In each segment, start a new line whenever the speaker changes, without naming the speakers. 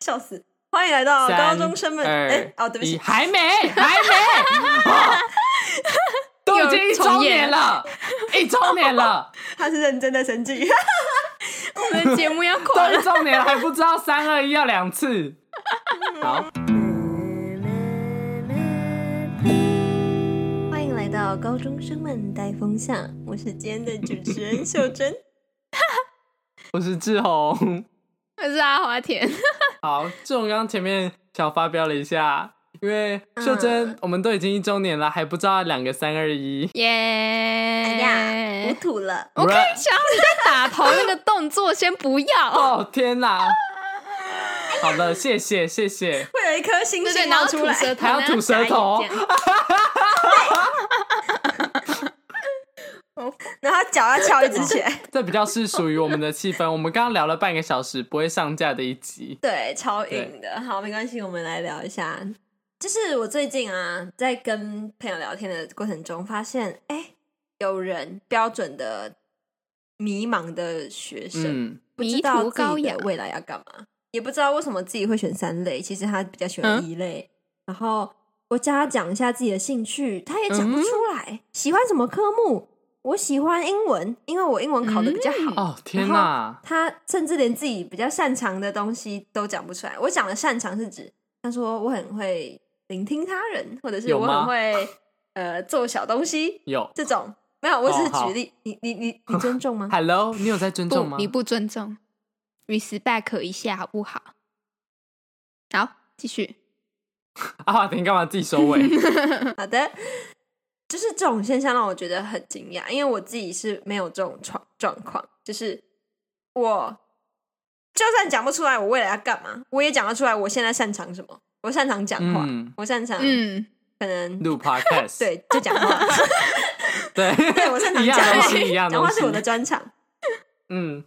笑死！欢迎来到
三
哦高中生们，
二
哎，哦，对不
一
起，
还没，还 没，啊都已经一周年了，一周 年了，
他是认真的生 气。
我们的节目要垮
都
了。
一周年了，还不知道三二一要两次。
嗯
好，
欢迎来到高中生们带风向，我是今天的主持人秀 珍。
我是志宏。
我是阿华田，
好，志宏刚刚前面小发飙了一下，因为秀珍，
嗯
我们都已经一周年了，还不知道两个三二一。
耶！
哎呀，糊涂了，
我跟你讲，你在打头那个动作先不要，
哦天哪！好的，谢谢谢谢。
会有一颗星
对
星
对，然
冒
后
出
吐
来。
舌头，
还要吐舌头
然后眨眼
然后脚要
这样
翘一只起来，
这比较是属于我们的气氛。我们刚刚聊了半个小时，不会上架的一集。
对，超硬的。好，没关系，我们来聊一下。就是我最近啊，在跟朋友聊天的过程中，发现哎、有人标准的迷茫的学生，
嗯，
不知道
迷途
自
羔
己
羊
的未来要干嘛，也不知道为什么自己会选三类。其实他比较喜欢
嗯
一类，然后我叫他讲一下自己的兴趣，他也
嗯
讲不出来，喜欢什么科目。我喜欢英文，因为我英文考的比较
嗯
好。
哦天哪，
他甚至连自己比较擅长的东西都讲不出来。我讲的擅长是指，他说我很会聆听他人，或者是
有
我
吗
很会呃做小东西
有
这种。没有，我只是
哦好
举例。你你你你尊重 吗？
Hello，你有在尊重
不，
吗？
你不尊重，respect 一下好不好？好，继续。
阿华啊田干嘛自己收 尾？
好的，就是这种现象让我觉得很惊讶，因为我自己是没有这种状状况，就是我就算讲不出来我未来要干嘛，我也讲得出来我现在擅长什么。我擅长讲话，
嗯
我擅长
嗯，
可能、
录 Podcast，
对就讲话。
对
对我擅长
一样
讲
东
话，
西，一样
讲
东
话
西。
是我的专长。
嗯，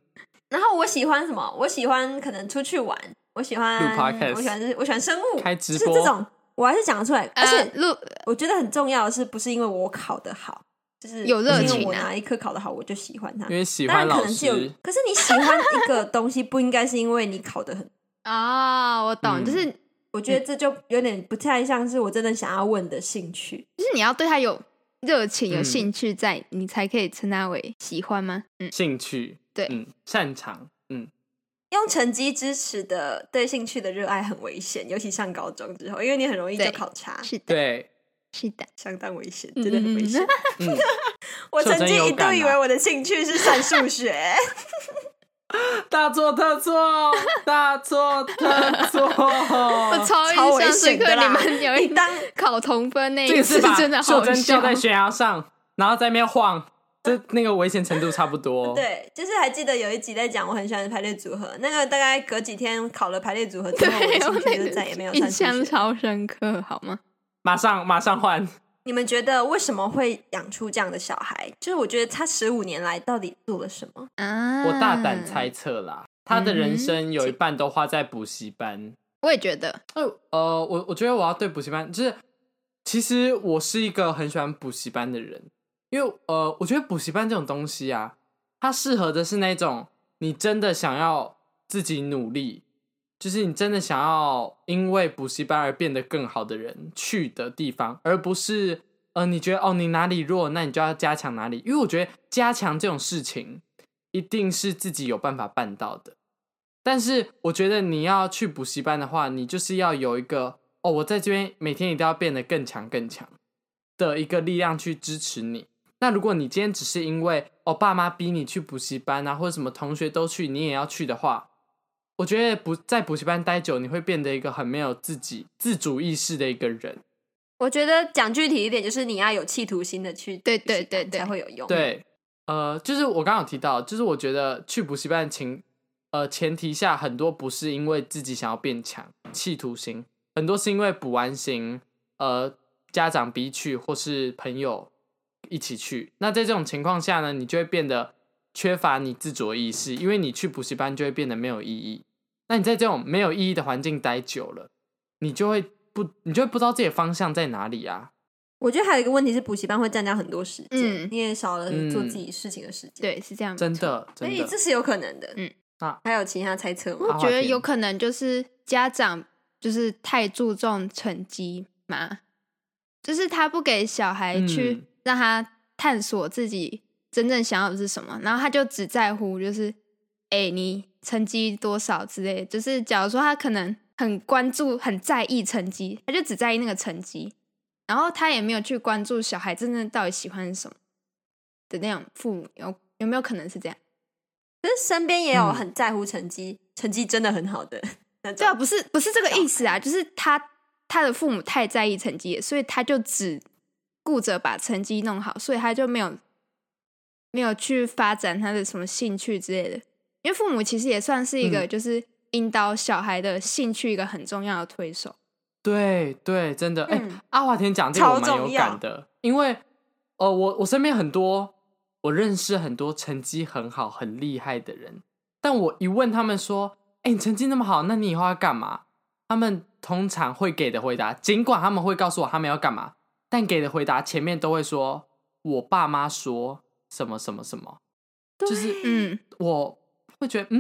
然后我喜欢什么？我喜欢可能出去玩，我喜欢
录 podcast
我喜欢我喜欢生物，
开直
就是
播
这种，我还是讲得出来。而
呃
且
录
我觉得很重要的是，不是因为我考得好，就是
有热
不是因为
情啊
我哪一科考得好，我就喜欢它
因。为喜
当
欢
然可
老
能是有
师，，
可是你喜欢一个东西，不应该是因为你考得很。
啊，我懂，
嗯
就是就
我觉得这就有点不太像是我真的想要问的兴趣。
是你要对他有热情、有
嗯
兴趣在，你才可以称他为喜欢吗？嗯，
兴趣，
对
嗯，擅长，嗯，
用成绩支持的对兴趣的热爱很危险，尤其上高中之后，因为你很容易就
对
考差，
是的，
对，
是的，
相当危险，
嗯
真的很危 险。
嗯，
我曾
秀珍
经
有
一度
感
以
啊
为我的兴趣是算数 学，
大错特错，大错特 错。
我超
超
印
危
象
险
深刻，
的啦
你们有
你
一
当
考同分那
这
一
个是
次
把
真的
秀
好
珍吊，
笑
在悬崖上，然后在那边晃，这那个危险程度差不多。，
对，就是还记得有一集在讲我很喜欢排列组合，那个大概隔几天考了排列组合之后，我的
对，我
兴
那
趣就再也没
个
有
印
算数学。
象超深刻，好吗？
马上马上换。
你们觉得为什么会养出这样的小孩？就是我觉得他十五年来到底做了什么？
啊，
我大胆猜，测啦，他的
嗯
人
哼
生有一半都花在补习班。
我也觉得，
哦，呃，我我觉得我要对补习班，就是其实我是一个很喜欢补习班的人，因为呃，我觉得补习班这种东西啊，它适合的是那种你真的想要自己努力，就是你真的想要因为补习班而变得更好的人去的地方，而不是呃，你觉得哦你哪里弱，那你就要加强哪里，因为我觉得加强这种事情一定是自己有办法办到的。但是我觉得你要去补习班的话，你就是要有一个哦，我在这边每天一定要变得更强更强的一个力量去支持你。那如果你今天只是因为哦爸妈逼你去补习班啊，或者什么同学都去，你也要去的话，我觉得不在补习班待久，你会变得一个很没有自己自主意识的一个人。
我觉得讲具体一点，就是你要有企图心的去，
对对对对
才会有用。，
对，呃，就是我刚刚有提到，就是我觉得去补习班的情，呃，前提下很多不是因为自己想要变强、企图心，很多是因为补完型，呃，家长逼去或是朋友一起去。那在这种情况下呢，你就会变得缺乏你自主的意识，因为你去补习班就会变得没有意义。那你在这种没有意义的环境待久了，你就会不，你就会不知道自己的方向在哪里啊。
我觉得还有一个问题是补习班会占掉很多时间，
嗯
你也少了
嗯
做自己事情的时间。
对，是这样，
真，的，
所
真
以
的啊
这，是有可能的。
嗯
那
还有其他猜测吗？
我
阿华
觉得
田
有可能就是家长就是太注重成绩嘛，就是他不给小孩去
嗯
让他探索自己真正想要的是什么，然后他就只在乎就是，哎、你成绩多少之类的就是假如说他可能很关注、很在意成绩，他就只在意那个成绩，然后他也没有去关注小孩真正到底喜欢什么的那种父母有有没有可能是这样？
可是身边也有
嗯
很在乎成绩，成绩真的很好 的那
对
种
啊，。不是不是这个意思啊，就是他他的父母太在意成绩了，所以他就只顾着把成绩弄好，所以他就没有没有去发展他的什么兴趣之类的。因为父母其实也算是一个
嗯
就是引导小孩的兴趣一个很重要的推手。
对对，真的，哎、
嗯
阿华田讲这个我
超重
蛮有
要
感的，因为呃，我我身边很多我认识很多成绩很好、很厉害的人，但我一问他们说：“哎、你成绩那么好，那你以后要干嘛？”他们通常会给的回答，尽管他们会告诉我他们要干嘛，但给的回答前面都会说：“我爸妈说什么什么什么。”就是
嗯，
我会觉得，嗯，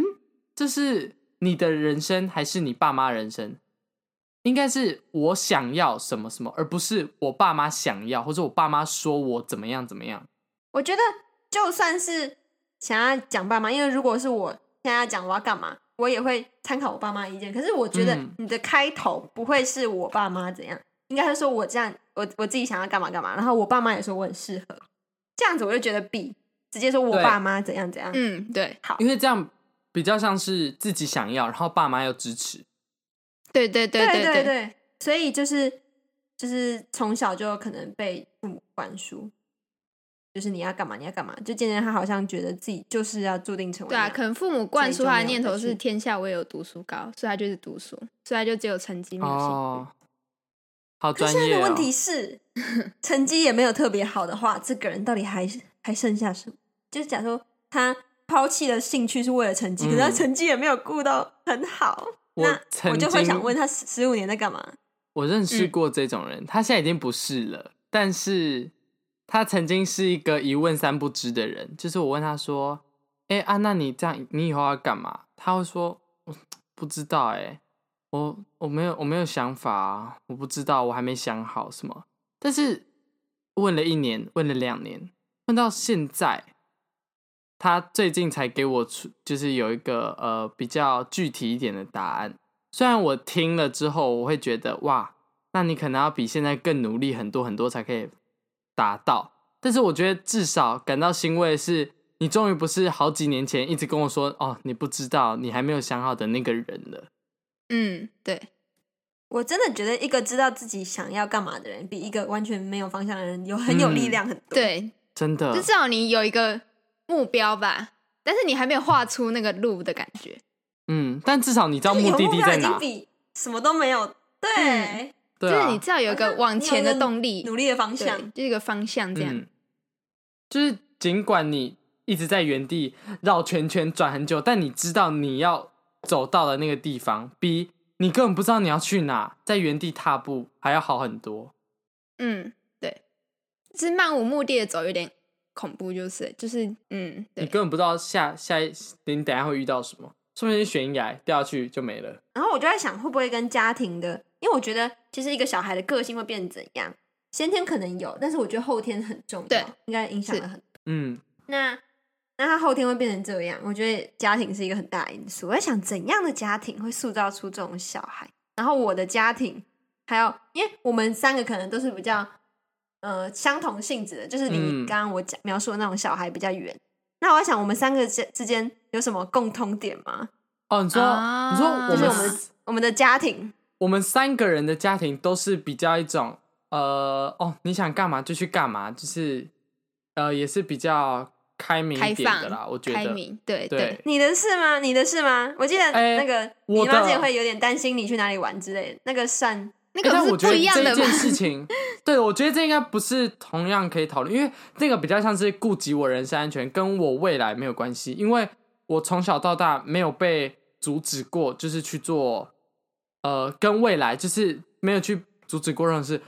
这是你的人生还是你爸妈人生？应该是我想要什么什么，而不是我爸妈想要，或者我爸妈说我怎么样怎么样。
我觉得就算是想要讲爸妈，因为如果是我现在要讲我要干嘛，我也会参考我爸妈意见。可是我觉得
嗯
你的开头不会是我爸妈怎样，应该是说我这样，我我自己想要干嘛干嘛，然后我爸妈也说我很适合，这样子我就觉得比直接说我
对
爸妈怎样怎样，
嗯，对
好
因为这样比较像是自己想要，然后爸妈又支持。
对对对
对
对，
对，所以就是就是从小就可能被父母灌输，就是你要干嘛你要干嘛，就渐渐他好像觉得自己就是要注定成为
对啊，
那样
可能父母灌输
所以就没
他的
有
念头
再
是
去
天下唯有读书高，所以他就是读书，所以他就只有成绩没有兴趣。
哦，好
可
专
是现在
业、
的
哦
问。题是，成绩也没有特别好的话，这个人到底还还剩下什么？就是假如说他抛弃了兴趣是为了成绩，可是他
嗯
成绩也没有顾到很好，
我
那我
曾
就会
经
想问他十五年在干嘛？
我认识
嗯
过这种人，他现在已经不是了，但是他曾经是一个一问三不知的人。就是我问他说：“哎、啊，那你这样，你以后要干嘛？”他会说：“我不知道、哎，我我没有我没有想法、啊，我不知道，我还没想好什么。”但是问了一年，问了两年，问到现在，他最近才给我出，就是有一个呃比较具体一点的答案。虽然我听了之后，我会觉得哇，那你可能要比现在更努力很多很多才可以达到，但是我觉得至少感到欣慰的是，你终于不是好几年前一直跟我说哦，你不知道，你还没有想好的那个人了。
嗯，对，
我真的觉得一个知道自己想要干嘛的人，比一个完全没有方向的人有很有力
嗯
量很多。，
对，
真的，
就至少你有一个目标吧，但是你还没有画出那个路的感觉。
嗯，但至少你知道
有
目的
目
地
标
在
已经
哪，
比什么都没有对、
对
就
啊，
是你至少有
好
一个
像
往
你有
前
一
的
个
动力，
努力的方
对
向。
就是一个方向这样。
嗯，就是尽管你一直在原地绕圈圈转很久，但你知道你要走到的那个地方，比你根本不知道你要去哪，在原地踏步还要好很多。
嗯，对，就是漫无目的的走，有点恐怖，就是就是嗯，
你
对，
根本不知道下下一你等一下会遇到什么，说不定是悬崖掉下去就没了。
然后我就在想，会不会跟家庭的，因为我觉得其实一个小孩的个性会变怎样，先天可能有，但是我觉得后天很重要，
对，
应该影响了很多。
嗯，
那那他后天会变成这样，我觉得家庭是一个很大的因素。我在想，怎样的家庭会塑造出这种小孩？然后我的家庭，还有因为我们三个可能都是比较呃相同性质的，就是离
嗯
刚刚我讲描述的那种小孩比较远。那我在想，我们三个之之间有什么共通点吗？
哦，你说、
啊
你说我
就是
们
我们我们的家庭，
我们三个人的家庭都是比较一种呃哦，你想干嘛就去干嘛，就是呃也是比较开明
开
一点
放
的啦，我觉
开
得。
明，对
对，
你的是吗？你的是吗？我记得
哎
那个、你
我
妈
的
之前会有点担心你去哪里玩之类的，那个算
那
欸
个
但
不
我
是
觉
不
得
一样
这
的
件
吗？
事情，对我觉得这应该不是同样可以讨论，因为这个比较像是顾及我人身安全，跟我未来没有关系，因为我从小到大没有被阻止过，就是去做，呃，跟未来就是没有去阻止过任何事，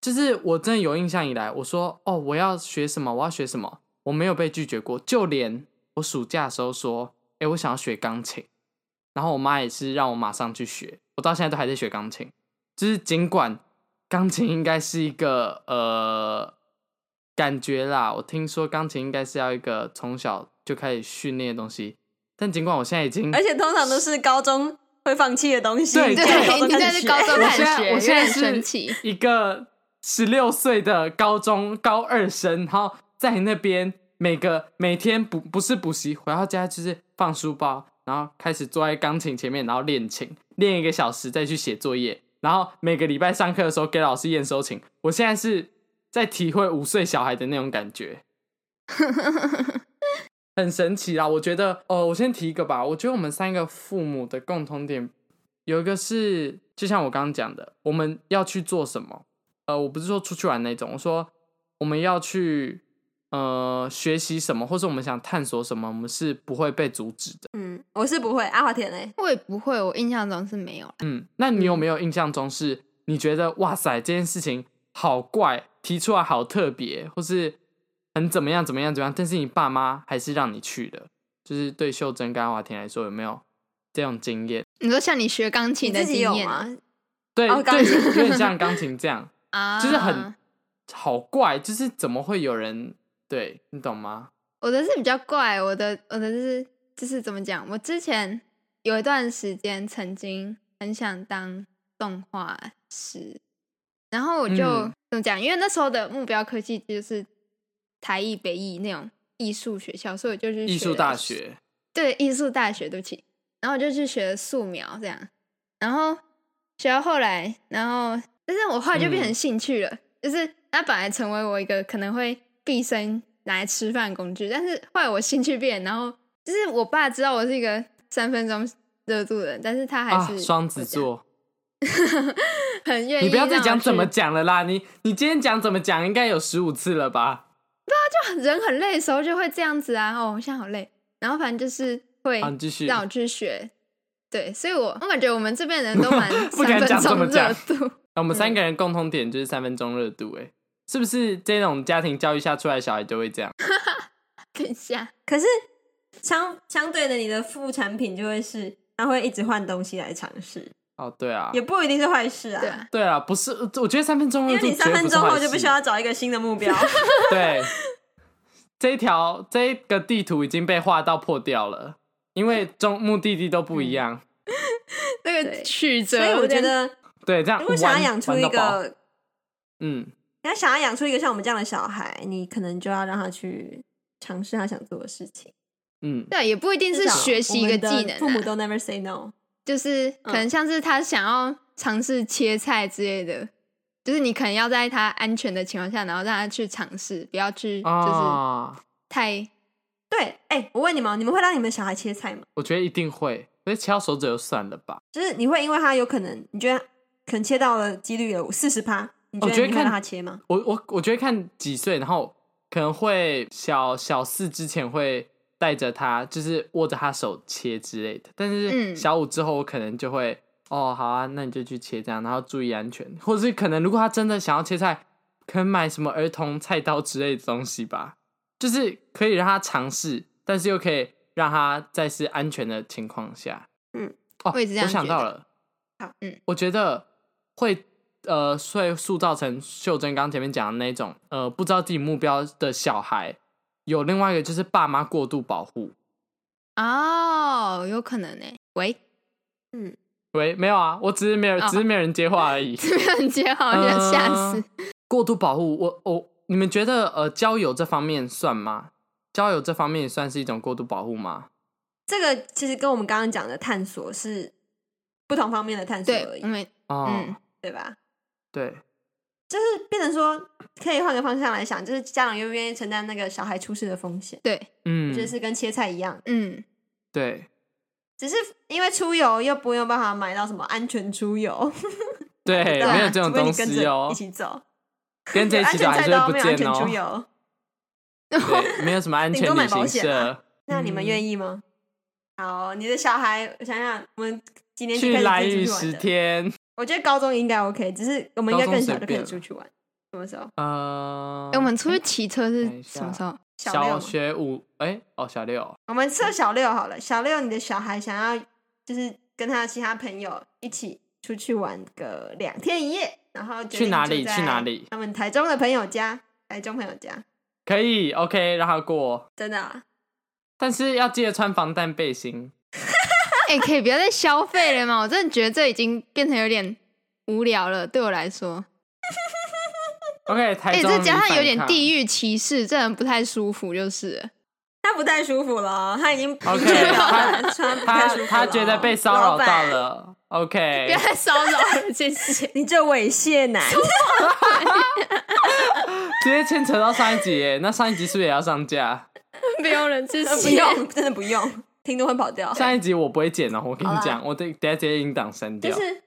就是我真的有印象以来，我说哦，我要学什么，我要学什么，我没有被拒绝过，就连我暑假的时候说，哎、哎，我想要学钢琴，然后我妈也是让我马上去学，我到现在都还在学钢琴。就是尽管钢琴应该是一个呃感觉啦，我听说钢琴应该是要一个从小就开始训练的东西，但尽管我现在已经
而且通常都是高中会放弃的东西，
对
你就在
对，
高中
你
开
现在
始
是
学
高中
我
开
现
始
在
学，
我现在
有点神
是
奇。
一个十六岁的高中高二生，然后在那边每个每天补不是补习，回到家就是放书包，然后开始坐在钢琴前面，然后练琴，练一个小时再去写作业，然后每个礼拜上课的时候给老师验收琴。我现在是在体会五岁小孩的那种感觉。 很神奇啦！我觉得，哦，我先提一个吧。我觉得我们三个父母的共同点有一个是，就像我刚刚讲的，我们要去做什么？呃，我不是说出去玩那种，我说我们要去呃学习什么，或者我们想探索什么，我们是不会被阻止的。
嗯，我是不会。阿华田嘞，
我也不会，我印象中是没有啦。
嗯，那你有没有印象中是你觉得哇塞这件事情好怪，提出来好特别，或是很怎么样怎么样怎么样，但是你爸妈还是让你去的？就是对秀珍跟阿华田来说，有没有这种经验？
你说像你学钢
你
琴的
自己
经
有
验
吗？
对，
哦钢
对，
琴
有点像钢琴这样。
啊，
就是很好怪，就是怎么会有人对你懂吗？
我的是比较怪，我的我的就是就是怎么讲？我之前有一段时间曾经很想当动画师，然后我就、
嗯
怎么讲？因为那时候的目标科系就是台艺、北艺那种艺术学校，所以我就去
艺术
学
大学，
对艺术大学，对不起，然后我就去学素描这样，然后学到后来，然后但是我后来就变
嗯
成兴趣了，就是它本来成为我一个可能会毕生拿来吃饭的工具，但是后来我兴趣变，然后就是我爸知道我是一个三分钟热度的人，但是他还
啊
是，
双子座，
很愿意，
你不要再讲怎么，讲了啦！你你今天讲怎么讲，应该有十五次了吧？
人很累的时候就会这样子啊，哦，我现在好累，然后反正就是
哎
会
好，你继续。
让我去学。对，所以我我感觉我们这边人都蛮
不敢
三分
讲这么
钟
讲
热度，
我
嗯
们三个人共同点就是三分钟热度，哎，是不是这种家庭教育下出来的小孩就会这样？
等一下，
可是相相对的，你的副产品就会是，他会一直换东西来尝试，
哦，对啊
也，不一定是坏事啊。
对啊，
对啊，不是，我觉得三分钟热
因
度
为你
绝
三
对
分
不是
钟后
坏
就必
事
须要 找一个新的 目标，
啊
对，这一条这一个地图已经被画到破掉了，因为中目的地都不
嗯
一样。
那个
对
曲折，
所以我
真
觉
的
得，
对，这样
如果想要
玩
养出
玩
一
到爆
个，
嗯，
你要想要养出一个像我们这样的小孩，你可能就要让他去尝试他想做的事情，
嗯，
对，啊也不一定是
至少
学习一
我
个
们的
技能、
父母
啊，
都 never say no，
就是可能像是他想要尝试切菜之类的，就是你可能要在他安全的情况下，然后让他去尝试，不要去就是
啊，
太、
对，哎、我问你们哦，你们会让你们小孩切菜吗？
我觉得一定会，所以切到手指就算了吧。
就是你会因为他有可能，你觉得可能切到的几率有四十趴，你觉
哦我
得
觉得
你会
看
让他切吗？
我我我觉得看几岁，然后可能会小小四之前会带着他，就是握着他手切之类的，但是
嗯
小五之后我可能就会。哦，好啊，那你就去切这样，然后注意安全，或者是可能如果他真的想要切菜，可能买什么儿童菜刀之类的东西吧，就是可以让他尝试，但是又可以让他在是安全的情况下。
嗯，
哦，
我也是这样
想
觉得
到了，
好，
嗯，
我觉得会呃，会塑造成秀珍刚前面讲的那种呃，不知道自己目标的小孩。有另外一个就是爸妈过度保护，
哦，有可能呢、喂，
喂，没有啊，我只是没有，
哦
只是没有人接话而 已。呃
这边接好像吓
嗯
死，
嗯
过度保护，我我你们觉得呃交友这方面算吗？交友这方面也算是一种过度保护吗？
这个其实跟我们刚刚讲的探索是不同方面的探索而
对
已，，
我
对
们
哦，
嗯
吧？
对，
就是变成说，可以换个方向来想，就是家长愿不愿意承担那个小孩出事的风险，
对，
嗯，
就是跟切菜一样，
嗯，
对
只是因为出游又不用办法买到什么安全出游，
对，
啊
没有这种
除非
东
你跟
西
着
哦
一，起走，
跟这一
安
起走
全
还
菜
是会
刀
不
没有安
见
全出
哦。
游，
对，没有什么 安
顶多
全
买
旅
保
行
险啊
社，
那你们
嗯
愿意吗？好，你的小孩，我想想，我们几年级
去
开
来
始自己
屿
出去玩
十
的？
天，
我觉得高中应该 OK，只是我们应该
高中
更小
随
就可以
便
出去玩。什么时候？
呃
哎、，我们出去骑车
等一
是
下
什么时候？
小六
小
吗
学五哎、哦小六
我们设小六好了，小六你的小孩想要就是跟他的其他朋友一起出去玩个两天一夜，然后决定
去哪里
就在
去哪里
他们台中的朋友家，台中朋友家，
可以 OK 让他过，
真的、啊。
但是要记得穿防弹背心。
哎、可以不要再消费了吗？我真的觉得这已经变成有点无聊了，对我来说。
OK 台
哎、
中，
这加上有点地域歧视，这人不太舒服，就是了。
他不太舒服了，哦他已经
OK，
明确表
他
达穿不太
他
舒服了哦
他觉得被骚扰到。
老板
了
不
，OK
要再骚扰了，谢谢。
你这猥亵 男，
直接牵扯到上一集耶，那上一集是不是也要上 架？
没有人支持，
不用，真的不用，听众会跑掉。
上一集我不会剪哦，我跟你
好啦
讲，我得等下直接音档删
就
掉。
是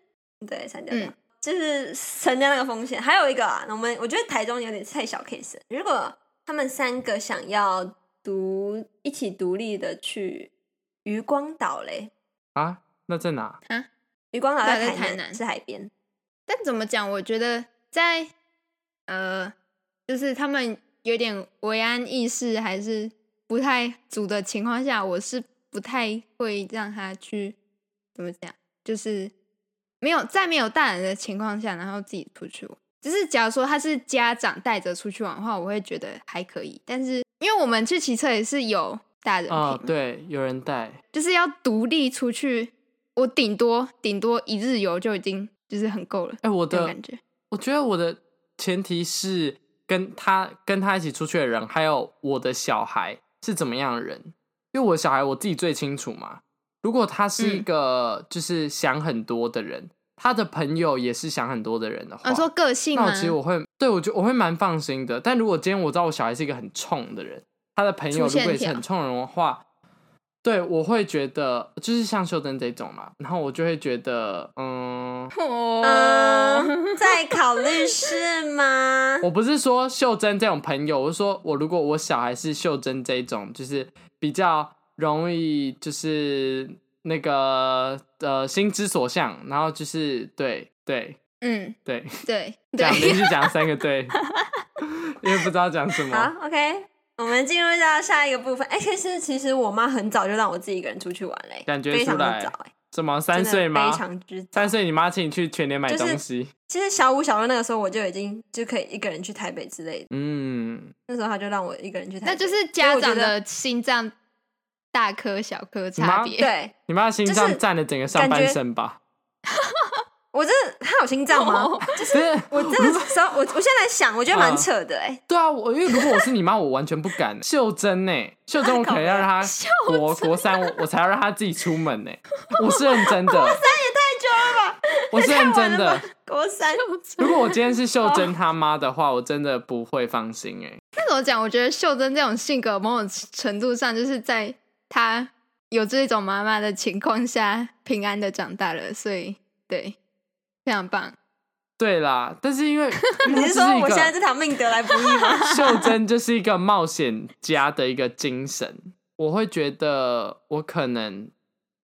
对参加
嗯
就是承担那个风险。还有一个、啊，我们我觉得台中有点太小 case 了。如果他们三个想要独一起独立的去渔光岛嘞，
啊，那在哪？
渔光岛
对
在台
在台
南，
南
是海边。
但怎么讲？我觉得在呃，就是他们有点维安意识还是不太足的情况下，我是不太会让他去怎么讲，就是没有在没有大人的情况下，然后自己出去玩。就是假如说他是家长带着出去玩的话，我会觉得还可以。但是因为我们去骑车也是有大人陪嘛
哦，对，有人带。
就是要独立出去，我顶多顶多一日游就已经就是很够了。
哎、我
这种
的
感觉。
我觉得我的前提是跟他跟他一起出去的人，还有我的小孩是怎么样的人，因为我的小孩我自己最清楚嘛。如果他是一
嗯
个就是想很多的人，他的朋友也是想很多的人的话，
啊，说个性
那
吗
我？其实我会对我觉我会蛮放心的。但如果今天我知道我小孩是一个很冲的人，他的朋友
粗
如
线
果也是
条
很冲的人的话，对我会觉得就是像秀珍这种嘛，然后我就会觉得嗯。
哦
哦，
嗯，在考虑是吗？
我不是说秀珍这种朋友，我是说我如果我小孩是秀珍这种，就是比较容易就是那个呃心之所向，然后就是对对
嗯，
对，
对
讲
对，
连续讲三个 对， 因为不知道讲什么
好。，OK，我们进入到下一个部分。哎、其实其实我妈很早就让我自己一个人出去玩嘞，
感觉
非常
出来
的早哎、
什么三
真的
岁吗
非？常之早。
三岁，你妈请你去全年买东西。
其实小五、小六那个时候，我就已经就可以一个人去台北之类的。
嗯，
那时候他就让我一个人去台北，
那就是
所以
家
我觉
长
得
的心脏大颗小颗
妈
差别。
对。
你妈的心
就
脏
是
占了整个上半身吧？
我真的，他有心脏吗？
哦
就是
不是，
我真的时候，我我现在想，我觉得蛮
嗯
扯的哎、
对啊，我因为如果我是你妈，我完全不敢。秀珍呢、秀珍我可能 要让她
秀
国国三，我我才要让她自己出门呢、我是认 真的，国三也太久了吧？我是认真的。
国三，
如果我今天是
哦
秀珍她妈的话，我真的不会放心哎、
那怎么讲？我觉得秀珍这种性格，某种程度上就是在她有这种妈妈的情况下，平安的长大了，所以对，非常棒。
对啦，但是因为
你是
她就是
说
一
我
个
现在这条命得来不易吗？
秀珍就是一个冒险家的一个精神，我会觉得我可能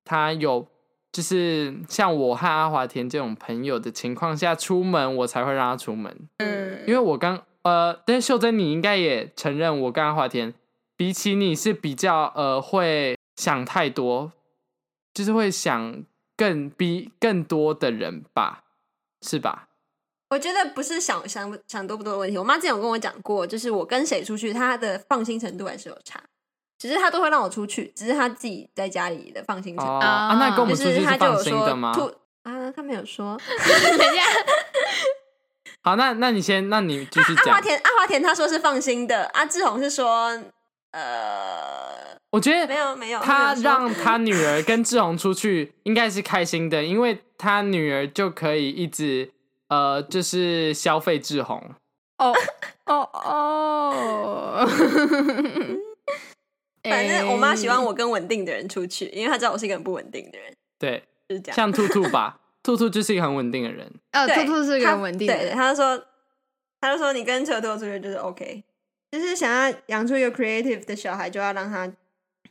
他有，就是像我和阿华田这种朋友的情况下出门，我才会让他出门，
嗯，
因为我刚呃，但是秀珍你应该也承认，我呃跟阿华田比起你是比较呃会想太多，就是会想更比更多的人吧，是吧？
我觉得不是想想想多不多的问题。我妈之前有跟我讲过，就是我跟谁出去，她的放心程度还是有差。只是她都会让我出去，只是她自己在家里的放心程度，
哦，啊，那
就
跟我们出去
是她就
放
有
心
说
的吗？
突啊，她没有说。
等一下，
好，那那你先，那你继
啊
续
阿
讲
华。田，阿华田他说是放心的，阿志宏是说呃
我觉
没
得
有没有，没
他
有说
让他女儿跟志宏出去，应该是开心的，因为他女儿就可以一直呃，就是消费志宏。
哦哦 哦，
反
哎
正我妈喜欢我跟稳定的人出去，因为她知道我是一个很不稳定的人，
对，
就是这样。
像兔兔吧，兔兔就是一个很稳定的人。
呃，
对
兔兔是个
她
很稳定的
对，
人，
她就说，她就说你跟车托出去就是 OK，就是想要养出一个 creative 的小孩，就要让他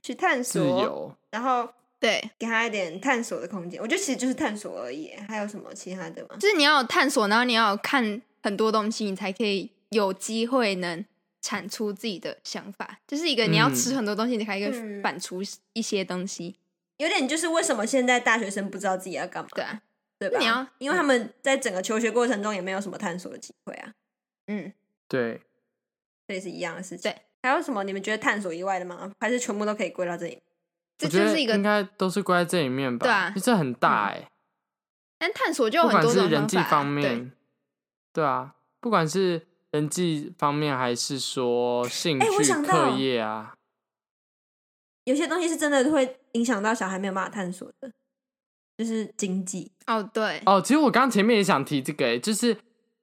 去探
自
索，
由，
然后
对，
给他一点探索的空间。我觉得其实就是探索而已，还有什么其他的吗？
就是你要有探索，然后你要有看很多东西，你才可以有机会能产出自己的想法，就是一个你要
嗯
吃很多东西，你才可以
嗯
反出一些东西，
有点就是为什么现在大学生不知道自己要干嘛，
对啊，
对吧？
你要
因为他们在整个求学过程中也没有什么探索的机会啊，
嗯，
对，
这也是一样的事情。
对，
还有什么你们觉得探索以外的吗？还是全部都可以归到这里？
这
我觉
就
得
是一个
应，该都是归在这里面吧。
对啊
这很大哎、
但探索就有
不
很
管
多
是
种
人
方
际
法啊，
方
对，
面，对啊，不管是人际方面还是说兴
哎我
趣、
想
课
到
业啊，
有些东西是真的会影响到小孩没有办法探索的，就是经济。
哦对，
哦，其实我刚前面也想提这个、欸，就是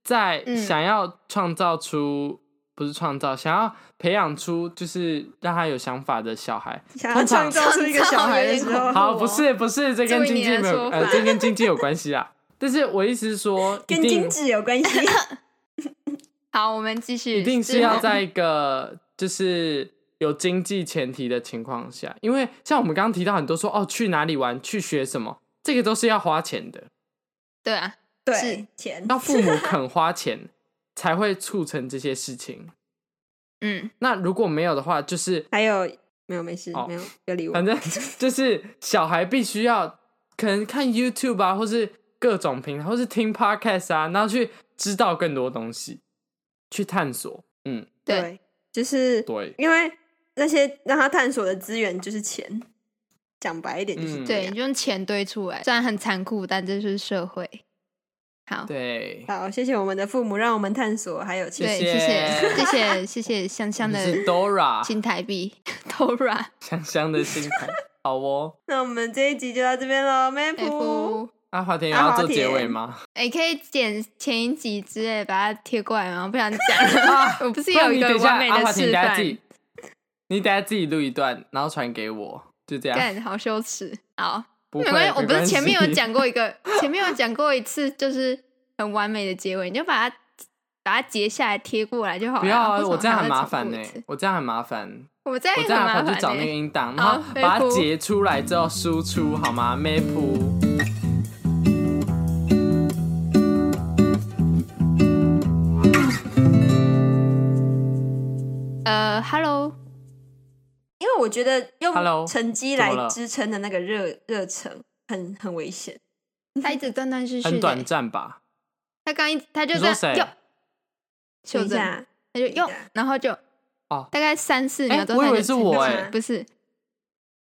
在
嗯
想要创造出、不是创造，想要培养出就是让他有想法的小孩。
想要创造出一个小孩的时候，
好，不是不是，这
注
跟
意
经
你
济
的
没有
说
呃，
法
这跟经济有关系啊。但是我意思是说，一
跟
定
精致有关 系。
好，我们继续，
一定
之
是要
后
在一个就是有经济前提的情况下，因为像我们刚刚提到很多说哦去哪里玩、去学什么，这个都是要花钱的，
对啊，
对，钱
要父母肯花钱才会促成这些事情。
嗯，
那如果没有的话，就是
还有没有没事
哦
没有不要理我
反。正 就是小孩必须要可能看 YouTube 啊，或是各种平台，或是听 Podcast 啊，然后去知道更多东西，去探索。嗯，
对，，
就是
对，
因为那些让他探索的资源就是钱，讲白一点就是
嗯
这
对，
样。
你就用钱堆出来，虽然很残酷，但这就是社会。好，
对，
好，谢谢我们的父母，让我们探索，还有钱。
对，
谢
谢
谢
谢，谢谢，谢谢香香
就
的
是 Dora
新台币 Dora
香香的心态， 好哦。
那我们这一集就到这边喽，Map。
F，
阿华田有
阿
要
华
做结尾
田
吗？
哎、可以剪前一集之类把它贴过来吗？我不想讲了，我不是
啊不然
有
你
一
等
个
一下
完美
阿
的
华田
示
等下
范
自？己，你等下自己录一段，然后传给我，就这样。
干，好羞耻。好，
不
没
会，
关系，我不
没
是前面有
系，
讲过一个，前面有讲过一次，就是很完美的结尾，你就把它把它截下来贴过来就好了。
不要啊，
为什么
我这样
还
很
要再
麻烦
重
呢
复一次，
我这样很麻烦，
我这样
我
也
这
哎很
样
麻
还跑去
烦欸哦
找那
呢
个音档，然
好
后把它
妹夫
截出来之后输出好吗？map。
呃，Hello，
因为我觉得
Hello，
用成绩
怎么
来
了
支撑的那个热热忱很很危险。
他一直断断续续
很
的欸
短，暂吧？
他刚一他就
你
这
说
样
谁
哟，
等
秀
一
珍，
下，啊
他就哟
等一下，
然后就
哦
大概三四
哎
秒钟
我
他
以
就
为
停止，
是我
哎
不是，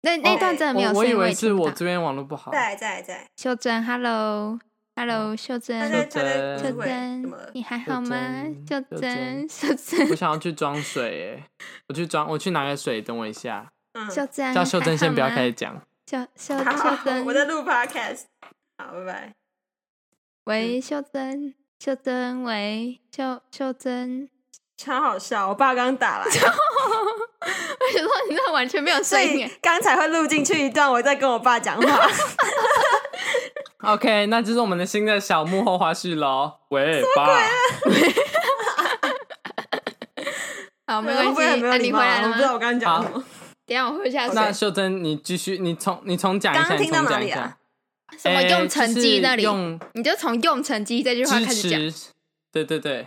那
哦
那段真的没有
我
声
我以
音，
为
也
是
听不
我
到
这边网络不好。
再来再来再来，
秀珍，Hello，Hello，秀
他
珍
在，
嗯秀
他在
珍
指
秀
挥怎
嗯珍嗯
么了，？
你还好吗？
秀
秀
珍
珍，秀珍
我，想要去装水，哎，我去装，我去拿个水，等我一下。
嗯，
秀珍，
叫秀
还
珍先
好
不要
吗
开始，讲。
秀秀
好
秀 珍，
我在录 podcast。好，拜拜。
喂，秀珍，秀珍，喂，秀秀珍，
超好笑！我爸刚打来，
我想说你那完全没有
所
声音
以
欸，
刚才会录进去一段我在跟我爸讲话。
OK，那这是我们的新的小幕后花絮喽。喂，爸，
啊
好，没
会
关
不会很
系，
没有
那你
礼貌
回
啊
来了
我
吗
不知？道我刚刚讲
好
什么。
等一下我喝一下
那
水。
秀珍，你继续，你重你重讲一下，
刚刚
你
听到
重
哪
讲一
里啊
下。
什么
哎
用成绩那
就是
里，
用
你就从用成绩这句话
支
开始讲。
持，对对对，